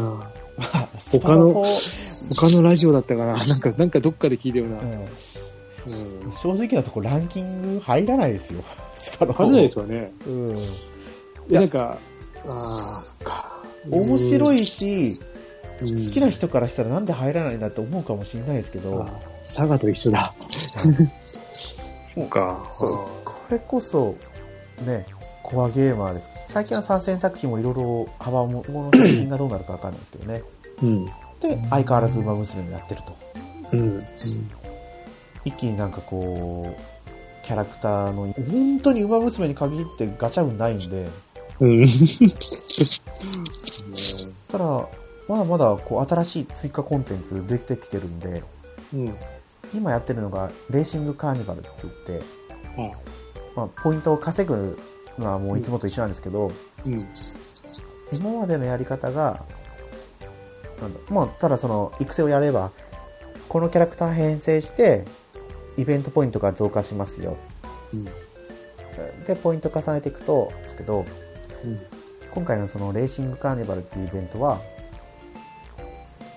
Speaker 1: <laughs> まあ、スパロボ、
Speaker 2: 他のラジオだったかな。 <laughs> なんか、なんかどっかで聞いたような。うん。
Speaker 1: うん、正直なとこランキング入らないですよ。 <laughs> スパロボ。
Speaker 2: わかんないですよね。
Speaker 1: うん。
Speaker 2: いや、なんか、ああ、か。
Speaker 1: 面白
Speaker 2: い。
Speaker 1: いし、好きな人からしたらなんで入らないんだって思うかもしれないですけ
Speaker 2: あ
Speaker 1: ど、
Speaker 2: ー佐賀と一緒だ。そうか。
Speaker 1: これこそ、ね、コアゲーマーです。最近は参戦作品もいろいろ幅もの作品がどうなるかわかんないですけどね。
Speaker 2: うん。
Speaker 1: で、相変わらず馬娘もやってると。
Speaker 2: うん。
Speaker 1: 一気になんかこう、キャラクターの、本当に馬娘に限ってガチャ運ないんで、
Speaker 2: うん。
Speaker 1: ただ、まだまだこう新しい追加コンテンツ出てきてるんで、
Speaker 2: うん。うん
Speaker 1: 今やってるのがレーシングカーニバルって言って、
Speaker 2: はい
Speaker 1: まあ、ポイントを稼ぐのはもういつもと一緒なんですけど、
Speaker 2: うん。
Speaker 1: 今までのやり方が、なんだまあ、ただその育成をやれば、このキャラクター編成して、イベントポイントが増加しますよ。
Speaker 2: うん
Speaker 1: で、ポイント重ねていくと、ですけど、
Speaker 2: うん。
Speaker 1: 今回のそのレーシングカーニバルっていうイベントは、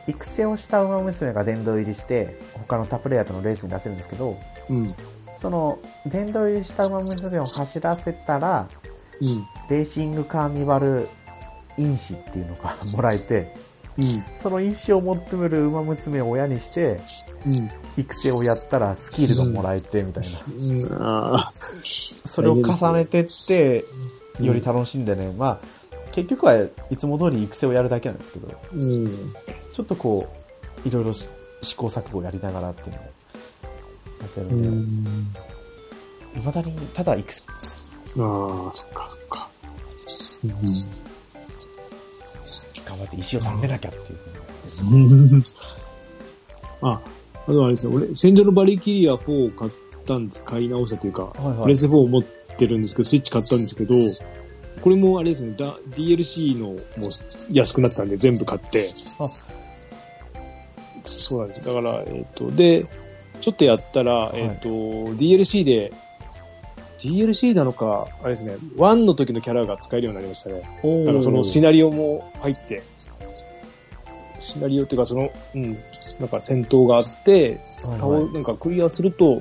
Speaker 1: 育成をした馬娘が殿堂入りして、他の他プレイヤーとのレースに出せるんですけど、
Speaker 2: うん。うん。
Speaker 1: その殿堂入りした馬娘を走らせたら、レーシングカーニバル因子っていうのが <laughs> もらえて、
Speaker 2: う
Speaker 1: その因子を持ってくる馬娘を親にして、
Speaker 2: ん。うん。
Speaker 1: 育成をやったらスキルがもらえてみたいな。
Speaker 2: うん、ああ、
Speaker 1: それを重ねてって、
Speaker 2: うん
Speaker 1: より楽しんでね、まあ、結局はいつも通り育成をやるだけなんですけど、
Speaker 2: うん。
Speaker 1: ちょっとこう、いろいろし試行錯誤をやりながらっていうのをやってる
Speaker 2: う
Speaker 1: ので、
Speaker 2: ん。
Speaker 1: いまだに、ただ育成、
Speaker 2: ああ、そっか、そっか。う
Speaker 1: 頑張って石を貯めなきゃっていう。
Speaker 2: ん。 <laughs> あ、あとあれですね、俺、戦場のバリキリア4を買ったんです、買い直したというか、
Speaker 1: はい
Speaker 2: プレステ4を持ってるんですけど、スイッチ買ったんですけど、これもあれですね、だ DLC のもう安くなってたんで全部買って。
Speaker 1: あ
Speaker 2: そうなんです。だから、えっ、と、で、ちょっとやったら、
Speaker 1: い
Speaker 2: えっ、と、DLC で、DLC なのか、あれですね、1の時のキャラが使えるようになりましたね。
Speaker 1: おー
Speaker 2: なんかそのシナリオも入って、シナリオっていうかその、うん、なんか戦闘があって、
Speaker 1: はい
Speaker 2: 顔なんかクリアすると、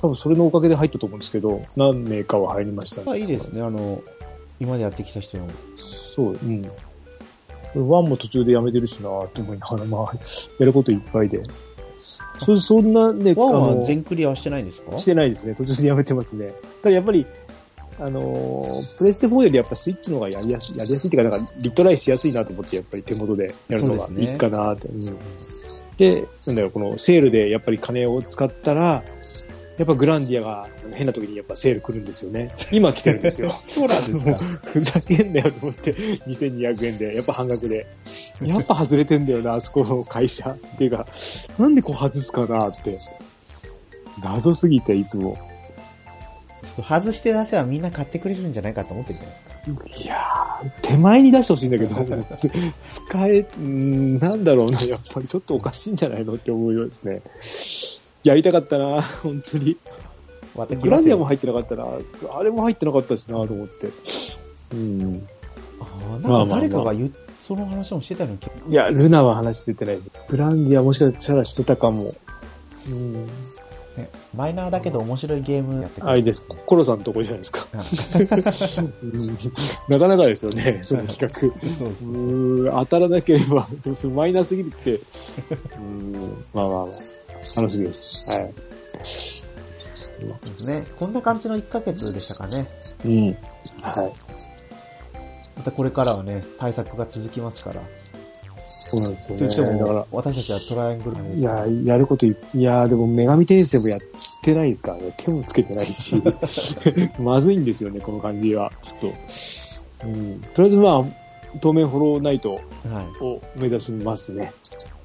Speaker 2: 多分それのおかげで入ったと思うんですけど、何名かは入りました
Speaker 1: まあいいですね、あの、今までやってきた人の。
Speaker 2: そう、うん。これワンも途中でやめてるしなぁと思いながら、まあ、やることいっぱいで。そそんなね、
Speaker 1: ワ
Speaker 2: あ
Speaker 1: ンは
Speaker 2: の
Speaker 1: 全クリアはしてないんですか
Speaker 2: してないですね。途中でやめてますね。ただやっぱり、あのープレステ4よりやっぱスイッチの方がやりやすい、やりやすいっていうか、なんかリトライしやすいなと思って、やっぱり手元でやるのが
Speaker 1: そうですね
Speaker 2: いいかなって。うんで、なんだろう、このセールでやっぱり金を使ったら、やっぱグランディアが変な時にやっぱセール来るんですよね。今来てるんですよ。
Speaker 1: <laughs> そうなんですか。
Speaker 2: ふざけんなよと思って、2200円で、やっぱ半額で。やっぱ外れてんだよな、あそこの会社。っていうか、なんでこう外すかなって。謎すぎて、いつも。
Speaker 1: ちょっと外して出せばみんな買ってくれるんじゃないかと思ってるじゃないですか。
Speaker 2: いやー、手前に出してほしいんだけど、使え、うーんなんだろうな、やっぱりちょっとおかしいんじゃないのって思うようですね。やりたかったな、本当に。
Speaker 1: 私
Speaker 2: グランディアも入ってなかったな、あれも入ってなかったしな、と思って。うん。
Speaker 1: あー
Speaker 2: まあま
Speaker 1: な
Speaker 2: あ
Speaker 1: ん
Speaker 2: ま
Speaker 1: か
Speaker 2: あ
Speaker 1: 誰かが言う、その話もしてたような気が
Speaker 2: いや、ルナは話出てないです。グランディアもしかしたらしてたかも。うん。
Speaker 1: ね、マイナーだけど面白いゲームやってくれる
Speaker 2: あれです。コロさんのとこじゃないですか。 <laughs> なかなかですよね、その企画。
Speaker 1: そうです
Speaker 2: うーん当たらなければ、 <laughs> でもそれマイナーすぎるって。うーん、まあまあまあ、楽しみです。はい。
Speaker 1: そうですね。こんな感じの1ヶ月でしたかね。
Speaker 2: うん。はい。
Speaker 1: またこれからはね、対策が続きますから。
Speaker 2: そうなんですよね。
Speaker 1: といって
Speaker 2: だから
Speaker 1: も、私たちはトライアングルなんです
Speaker 2: いや、やることい、いや、でも女神転生もやってないですからね。手もつけてないし。 <laughs> まずいんですよね、この感じは。ちょっと。うん。とりあえずまあ、当面フォローナイト
Speaker 1: はい。
Speaker 2: を目指しますね。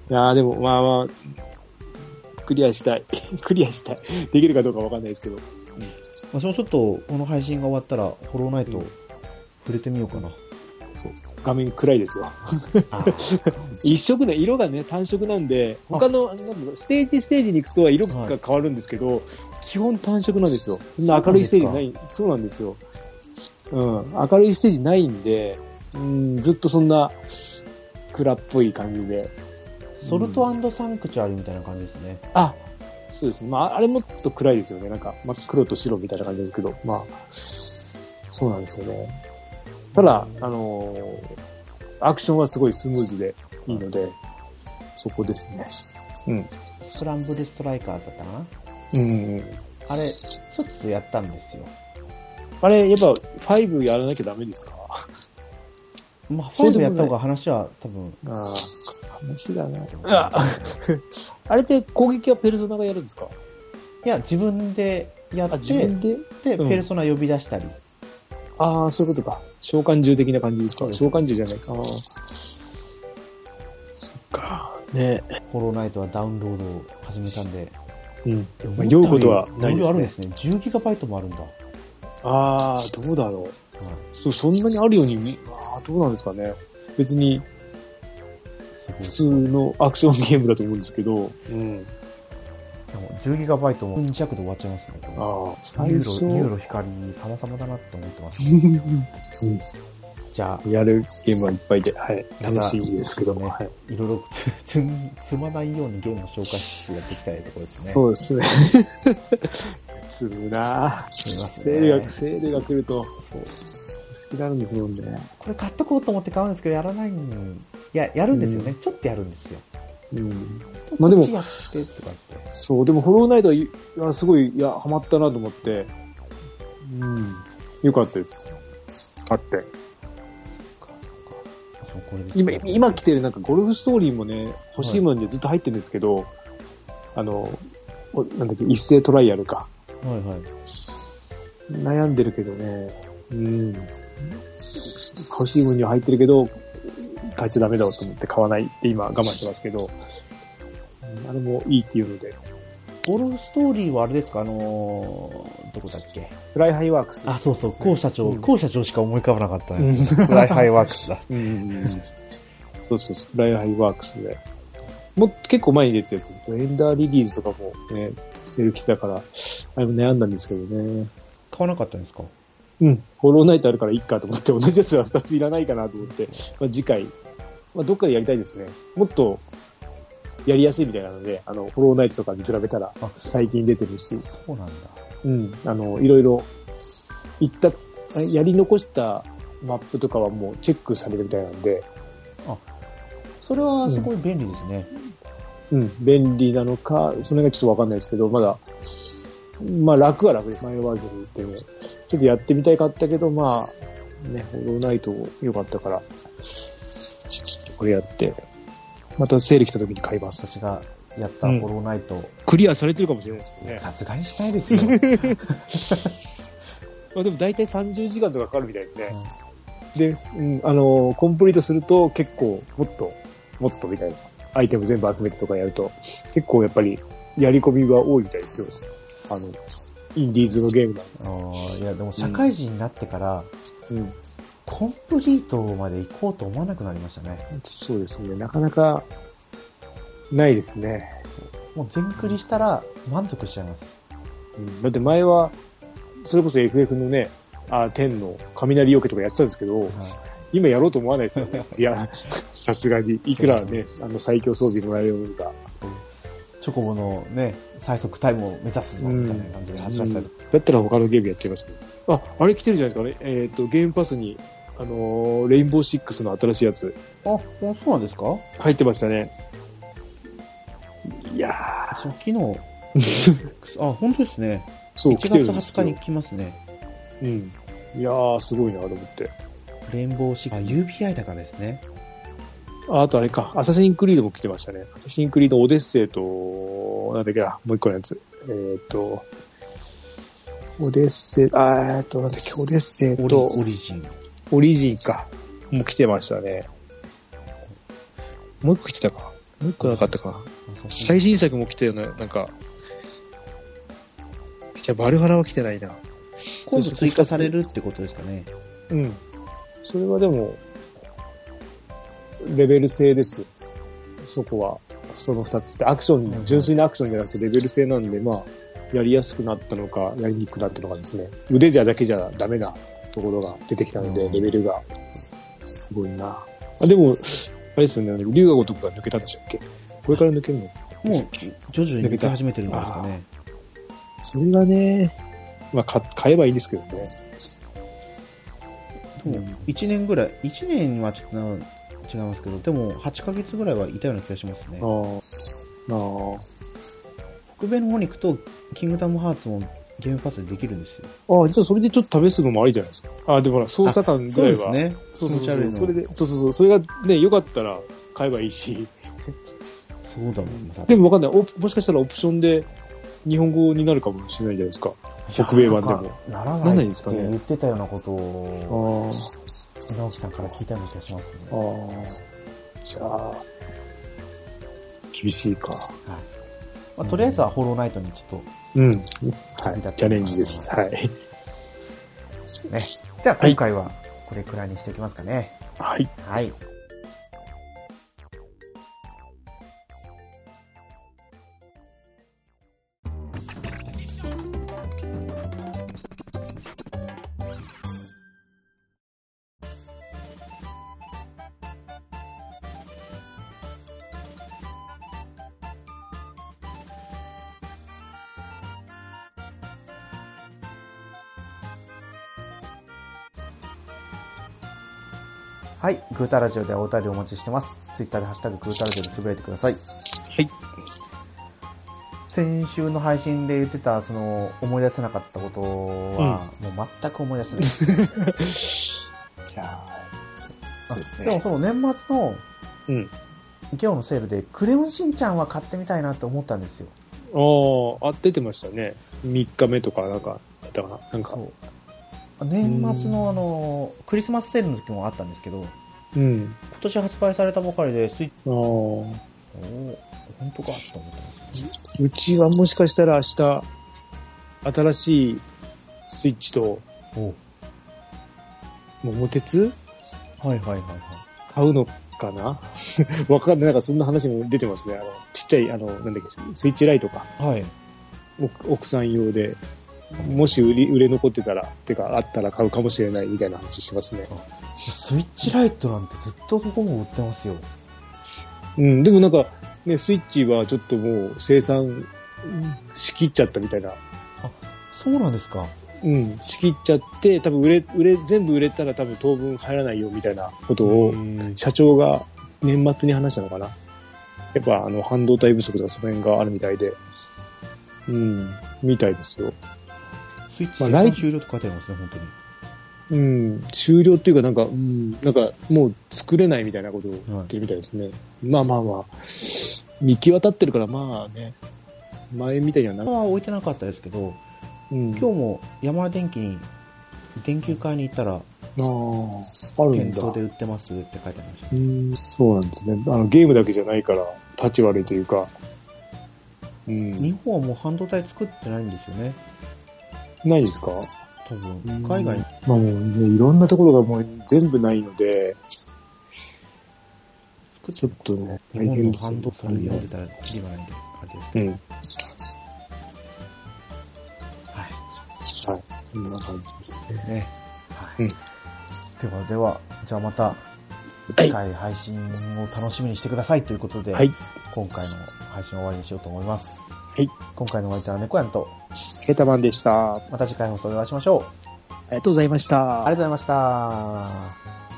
Speaker 2: いやーでもまあまあ、クリアしたい。 <laughs> クリアしたい。できるかどうかわかんないですけど。 <laughs>
Speaker 1: 私もちょっと、この配信が終わったら、ホローナイト、触れてみようかな。
Speaker 2: そう画面暗いですわ。
Speaker 1: あー
Speaker 2: 一色の色がね、単色なんで、他の、なんだろうステージステージに行くとは色が変わるんですけど、基本単色なんですよ。そんな明るいステージない、そうなんですよ。うん、明るいステージないんで、うん、ずっとそんな暗っぽい感じで。
Speaker 1: ソルトサンクチュアリみたいな感じですね。
Speaker 2: あ、そうですね。まあ、あれもっと暗いですよね。なんか、まあ、黒と白みたいな感じですけど、まあ、そうなんですよね。ただ、あのーアクションはすごいスムーズでいいので、そこですね。うん。
Speaker 1: スクランブルストライカーズだったかな
Speaker 2: うん。
Speaker 1: あれ、ちょっとやったんですよ。
Speaker 2: あれ、やっぱ、5やらなきゃダメですか
Speaker 1: まあ、
Speaker 2: そうで
Speaker 1: 5
Speaker 2: もな
Speaker 1: やっ
Speaker 2: い
Speaker 1: た方が話は多分、
Speaker 2: ああ、話だな。あれって攻撃はペルソナがやるんですか
Speaker 1: いや、自分でやっ
Speaker 2: あ、
Speaker 1: て、
Speaker 2: 自分で
Speaker 1: で、
Speaker 2: うん
Speaker 1: ペルソナ呼び出したり。
Speaker 2: ああ、そういうことか。召喚獣的な感じです
Speaker 1: そ
Speaker 2: か
Speaker 1: うです
Speaker 2: 召喚獣じゃないか。ああそっか。ね
Speaker 1: ホローナイトはダウンロードを始めたんで。
Speaker 2: うん。まあ酔うことはないで
Speaker 1: ろろある
Speaker 2: す
Speaker 1: ん
Speaker 2: ね
Speaker 1: で。すね。10ギガバイトもあるんだ。はい
Speaker 2: ああ、どうだろう。そう、そんなにあるように見、ああ、どうなんですかね。別に普
Speaker 1: す
Speaker 2: 通のアクションゲームだと思うんですけど。うん。
Speaker 1: ごい。でも10ギガバイトも分弱で終わっちゃいますね。こ
Speaker 2: ああ、
Speaker 1: れ
Speaker 2: 最
Speaker 1: ユ
Speaker 2: 初
Speaker 1: ーロ、ユーロ光様々だなって思ってます。じゃ
Speaker 2: やるゲームはいっぱいで、はい、
Speaker 1: ただ
Speaker 2: 楽しいですけども、
Speaker 1: ね
Speaker 2: はい、
Speaker 1: あ、いろい <laughs> ろつ、つ、つまないようにゲームを紹介しつつやっていきたいところですね。
Speaker 2: そうです <laughs> ね。つむなぁ
Speaker 1: すいません
Speaker 2: セールが、セールが来ると、
Speaker 1: そう
Speaker 2: 好きなんですもんね。
Speaker 1: これ買っとこうと思って買うんですけど、やらないん。いや、やるんですよね。ちょっとやるんですよ。
Speaker 2: うん。まあでも
Speaker 1: こっちやってとか言って。
Speaker 2: そう、でも、ホローナイトはいいや、すごい、いや、ハマったなと思って、うん。よかったです。買って。
Speaker 1: そうこれで
Speaker 2: 今、今来てるなんかゴルフストーリーもね、欲しいものにずっと入ってるんですけど、あの、おなんだっけ、一斉トライアルか。
Speaker 1: はいはい。
Speaker 2: 悩んでるけどね、うん、欲しいものには入ってるけど、買っちゃダメだろうと思って買わないって今我慢してますけど、うんあれもいいっていうので、
Speaker 1: ゴルフストーリーはあれですかあのーどこだっけ
Speaker 2: フライハイワークス。
Speaker 1: あ、そうそう、コウ社長、
Speaker 2: うん
Speaker 1: コウ社長しか思い浮かばなかった
Speaker 2: うん
Speaker 1: ね。フライハイワークスだ。
Speaker 2: うんそうそうそう、フライハイワークスで。もう結構前に出てるやつです、エンダーリリーズとかもね、セール来たから、あれも悩んだんですけどね。
Speaker 1: 買わなかったんですか
Speaker 2: うん、ホローナイトあるからいいかと思って、同じやつは2ついらないかなと思って、まあ、次回、まあ、どっかでやりたいですね。もっとやりやすいみたいなので、あの、ホローナイトとかに比べたら
Speaker 1: あ、
Speaker 2: 最近出てるし、
Speaker 1: そうなんだ。
Speaker 2: うん、あの、いろいろ、行った、あやり残したマップとかはもうチェックされるみたいなんで、
Speaker 1: それはすごい便利ですね。
Speaker 2: うん、便利なのか、その辺がちょっとわかんないですけど、まだ、まあ楽は楽です。迷わずにっても。ちょっとやってみたいかったけど、まあ、ね、ホローナイト良かったから、ちょっとこれやって、またセール来た時に買います。
Speaker 1: 私がやった
Speaker 2: うん
Speaker 1: ホローナイト、
Speaker 2: クリアされてるかもしれないです
Speaker 1: さすがにしないです <laughs> よ。
Speaker 2: まあでも大体30時間とかかかるみたいですね。で、うん、あのーコンプリートすると結構、もっと、もっとみたいな。アイテム全部集めてとかやると、結構やっぱり、やり込みが多いみたいですよ。あの、インディーズのゲームなんで
Speaker 1: あーいや、でも社会人になってから、
Speaker 2: うん、
Speaker 1: コンプリートまで行こうと思わなくなりましたね。
Speaker 2: そうですね。なかなか、ないですね。
Speaker 1: もう全クリしたら満足しちゃいます。
Speaker 2: うん、だって前は、それこそ FF のね、あ、天の雷よけとかやってたんですけど、
Speaker 1: はい
Speaker 2: 今やろうと思わないですよ <laughs> ね。いや、さすがに、いくらね、あの最強装備もらえるのか。
Speaker 1: チョコボのね、最速タイムを目指すぞ、みたいな感じで走らせたりとか
Speaker 2: だったら他のゲームやっちゃいますけど。あ、あれ来てるじゃないですかね。えっ、と、ゲームパスに、あのーレインボーシックスの新しいやつ、
Speaker 1: あ、あそうなんですか
Speaker 2: 入ってましたね。いや
Speaker 1: そう、昨日、あ、本当ですね。
Speaker 2: ー、 <laughs> そう、
Speaker 1: 1
Speaker 2: 来
Speaker 1: 月
Speaker 2: てるんです
Speaker 1: 20
Speaker 2: よ
Speaker 1: 日に来ますね。
Speaker 2: うん。いやー、すごいなと思って。
Speaker 1: レインボーシックス。あ、UBI だからですね。
Speaker 2: ああとあれか、アサシンクリードも来てましたね。アサシンクリードオデッセイと、なんだっけな、もう一個のやつ。えーっ、と、オデッセイ、あーえーっと、なんだっけ、オデッセイ
Speaker 1: オリ
Speaker 2: と、
Speaker 1: オリジン。
Speaker 2: オリジンか。もう来てましたね。もう一個来てたか。もう一個なかったか。最新作も来たよね、なんか。じゃあ、バルハラは来てないな。
Speaker 1: 今度追加されるってことですかね。
Speaker 2: うん。それはでも、レベル制です。そこは、その二つって、アクション、
Speaker 1: うん
Speaker 2: 純粋なアクションじゃなくてレベル制なんで、まあ、やりやすくなったのか、やりにくくなったのかですね。腕じゃだけじゃダメなところが出てきたので、
Speaker 1: うん
Speaker 2: レベルが、すごいな。あ、でも、あれですよね、龍河如くが抜けたんでしたっけこれから抜けるの
Speaker 1: もう徐々に抜け始めてるんじゃないですかね。
Speaker 2: それがね、まあ、か買えばいいんですけどね。
Speaker 1: でも1年ぐらい、1年はちょっとな違いますけど、でも8ヶ月ぐらいはいたような気がしますね
Speaker 2: あ。あ、ああ。
Speaker 1: 北米の方に行くと、キングダムハーツもゲームパスでできるんですよ。
Speaker 2: ああ、実はそれでちょっと試すのもありじゃないですか。ああ、でもほら、操作感ぐ
Speaker 1: そう
Speaker 2: らい
Speaker 1: で
Speaker 2: は。
Speaker 1: すね。
Speaker 2: そうそう
Speaker 1: 気持ち悪い
Speaker 2: そう。
Speaker 1: の
Speaker 2: それで、そうそうそう。それがね、良かったら買えばいいし。
Speaker 1: そうだもんね。
Speaker 2: でもわかんない。オプもしかしたらオプションで日本語になるかもしれないじゃないですか。北米版でも。
Speaker 1: なら
Speaker 2: なら
Speaker 1: な
Speaker 2: ない
Speaker 1: いっ
Speaker 2: んです
Speaker 1: て
Speaker 2: かね
Speaker 1: 言ってたようなこと
Speaker 2: あ
Speaker 1: を、直樹さんから聞いたような気がしますね。
Speaker 2: あ、ああ。じゃあ、厳しいか。
Speaker 1: はいまあ、とりあえずはホローナイトにちょっ
Speaker 2: うん。はい。
Speaker 1: い
Speaker 2: チャレンジです。はい。
Speaker 1: とね。では今回はこれくらいにしておきますかね。
Speaker 2: はい。
Speaker 1: はい。はい。グータラジオではお便りお待ちしてます。ツイッターでハッシュタググータラジオでつぶやいてください。
Speaker 2: はい。
Speaker 1: 先週の配信で言ってた、その、思い出せなかったことは、もう全く思い出せ <laughs> ない。
Speaker 2: じゃあ、そうです
Speaker 1: でも
Speaker 2: ね。
Speaker 1: その年末の
Speaker 2: うん。
Speaker 1: 今日のセールで、クレヨンしんちゃんは買ってみたいなって思ったんですよ。
Speaker 2: ああ、あ、出てましたね。3日目とか、なんか、だったかな。なんか
Speaker 1: そ、う年末のあの、クリスマスセールの時もあったんですけど、今
Speaker 2: うん。
Speaker 1: 年発売されたばかりで、スイッチ、
Speaker 2: ああ。
Speaker 1: おー本当かと思ったんですよね。
Speaker 2: うちはもしかしたら明日、新しいスイッチと、桃鉄
Speaker 1: はいはいはいはい。
Speaker 2: 買うのかな <laughs> わかんない。なんかそんな話も出てますね。あの、ちっちゃい、あの、なんだっけ、スイッチライトか。
Speaker 1: はい。
Speaker 2: お奥さん用で、もし売り、売れ残ってたら、てか、あったら買うかもしれないみたいな話してますね。
Speaker 1: スイッチライトなんてずっとどこも売ってますよ。
Speaker 2: うん、でもなんか、ね、スイッチはちょっともう生産しきっちゃったみたいな。
Speaker 1: そうなんですか。
Speaker 2: うん、しきっちゃって、多分売れ、売れ、全部売れたら多分当分入らないよみたいなことを、
Speaker 1: うん
Speaker 2: 社長が年末に話したのかな。やっぱあの半導体不足とかその辺があるみたいで、うん、みたいですよ。
Speaker 1: スイッチ
Speaker 2: まあ
Speaker 1: 生
Speaker 2: ライ
Speaker 1: 産終了って書いてありますね、本当に。
Speaker 2: うん、終了っていうかなんか、うん、なんかもう作れないみたいなことを言ってるみたいですね。まあまあまあ、見極たってるからまあね、前みたいにはな
Speaker 1: 今は置いてなかったですけど、
Speaker 2: うん、
Speaker 1: 今日も山田電機に、電球買いに行ったら、
Speaker 2: ああ、あるん
Speaker 1: 店
Speaker 2: だ
Speaker 1: 頭。で売ってますって書いてありました。
Speaker 2: うん、そうなんですね。あのゲームだけじゃないから、立ち悪いというか、うん、
Speaker 1: 日本はもう半導体作ってないんですよね。
Speaker 2: ないですか
Speaker 1: 多分、海外に。
Speaker 2: まあもうね、いろんなところがもう全部ないので、ちょっとね、
Speaker 1: 日本の半導
Speaker 2: よ
Speaker 1: 体で売ってたら、きりがないんで、あれです
Speaker 2: う
Speaker 1: けど。
Speaker 2: ん。はい。
Speaker 1: はい。
Speaker 2: そんな感じですね。
Speaker 1: ね。はい。
Speaker 2: うん
Speaker 1: ではでは、じゃあまた、次回配信を楽しみにしてくださいということで、
Speaker 2: はい。
Speaker 1: 今回の配信を終わりにしようと思います。
Speaker 2: い
Speaker 1: 今回のお相手は猫やんと、
Speaker 2: ケタマンでした。あ
Speaker 1: また次回放送でお会いしましょう。
Speaker 2: りがとうございました。
Speaker 1: ありがとうございました。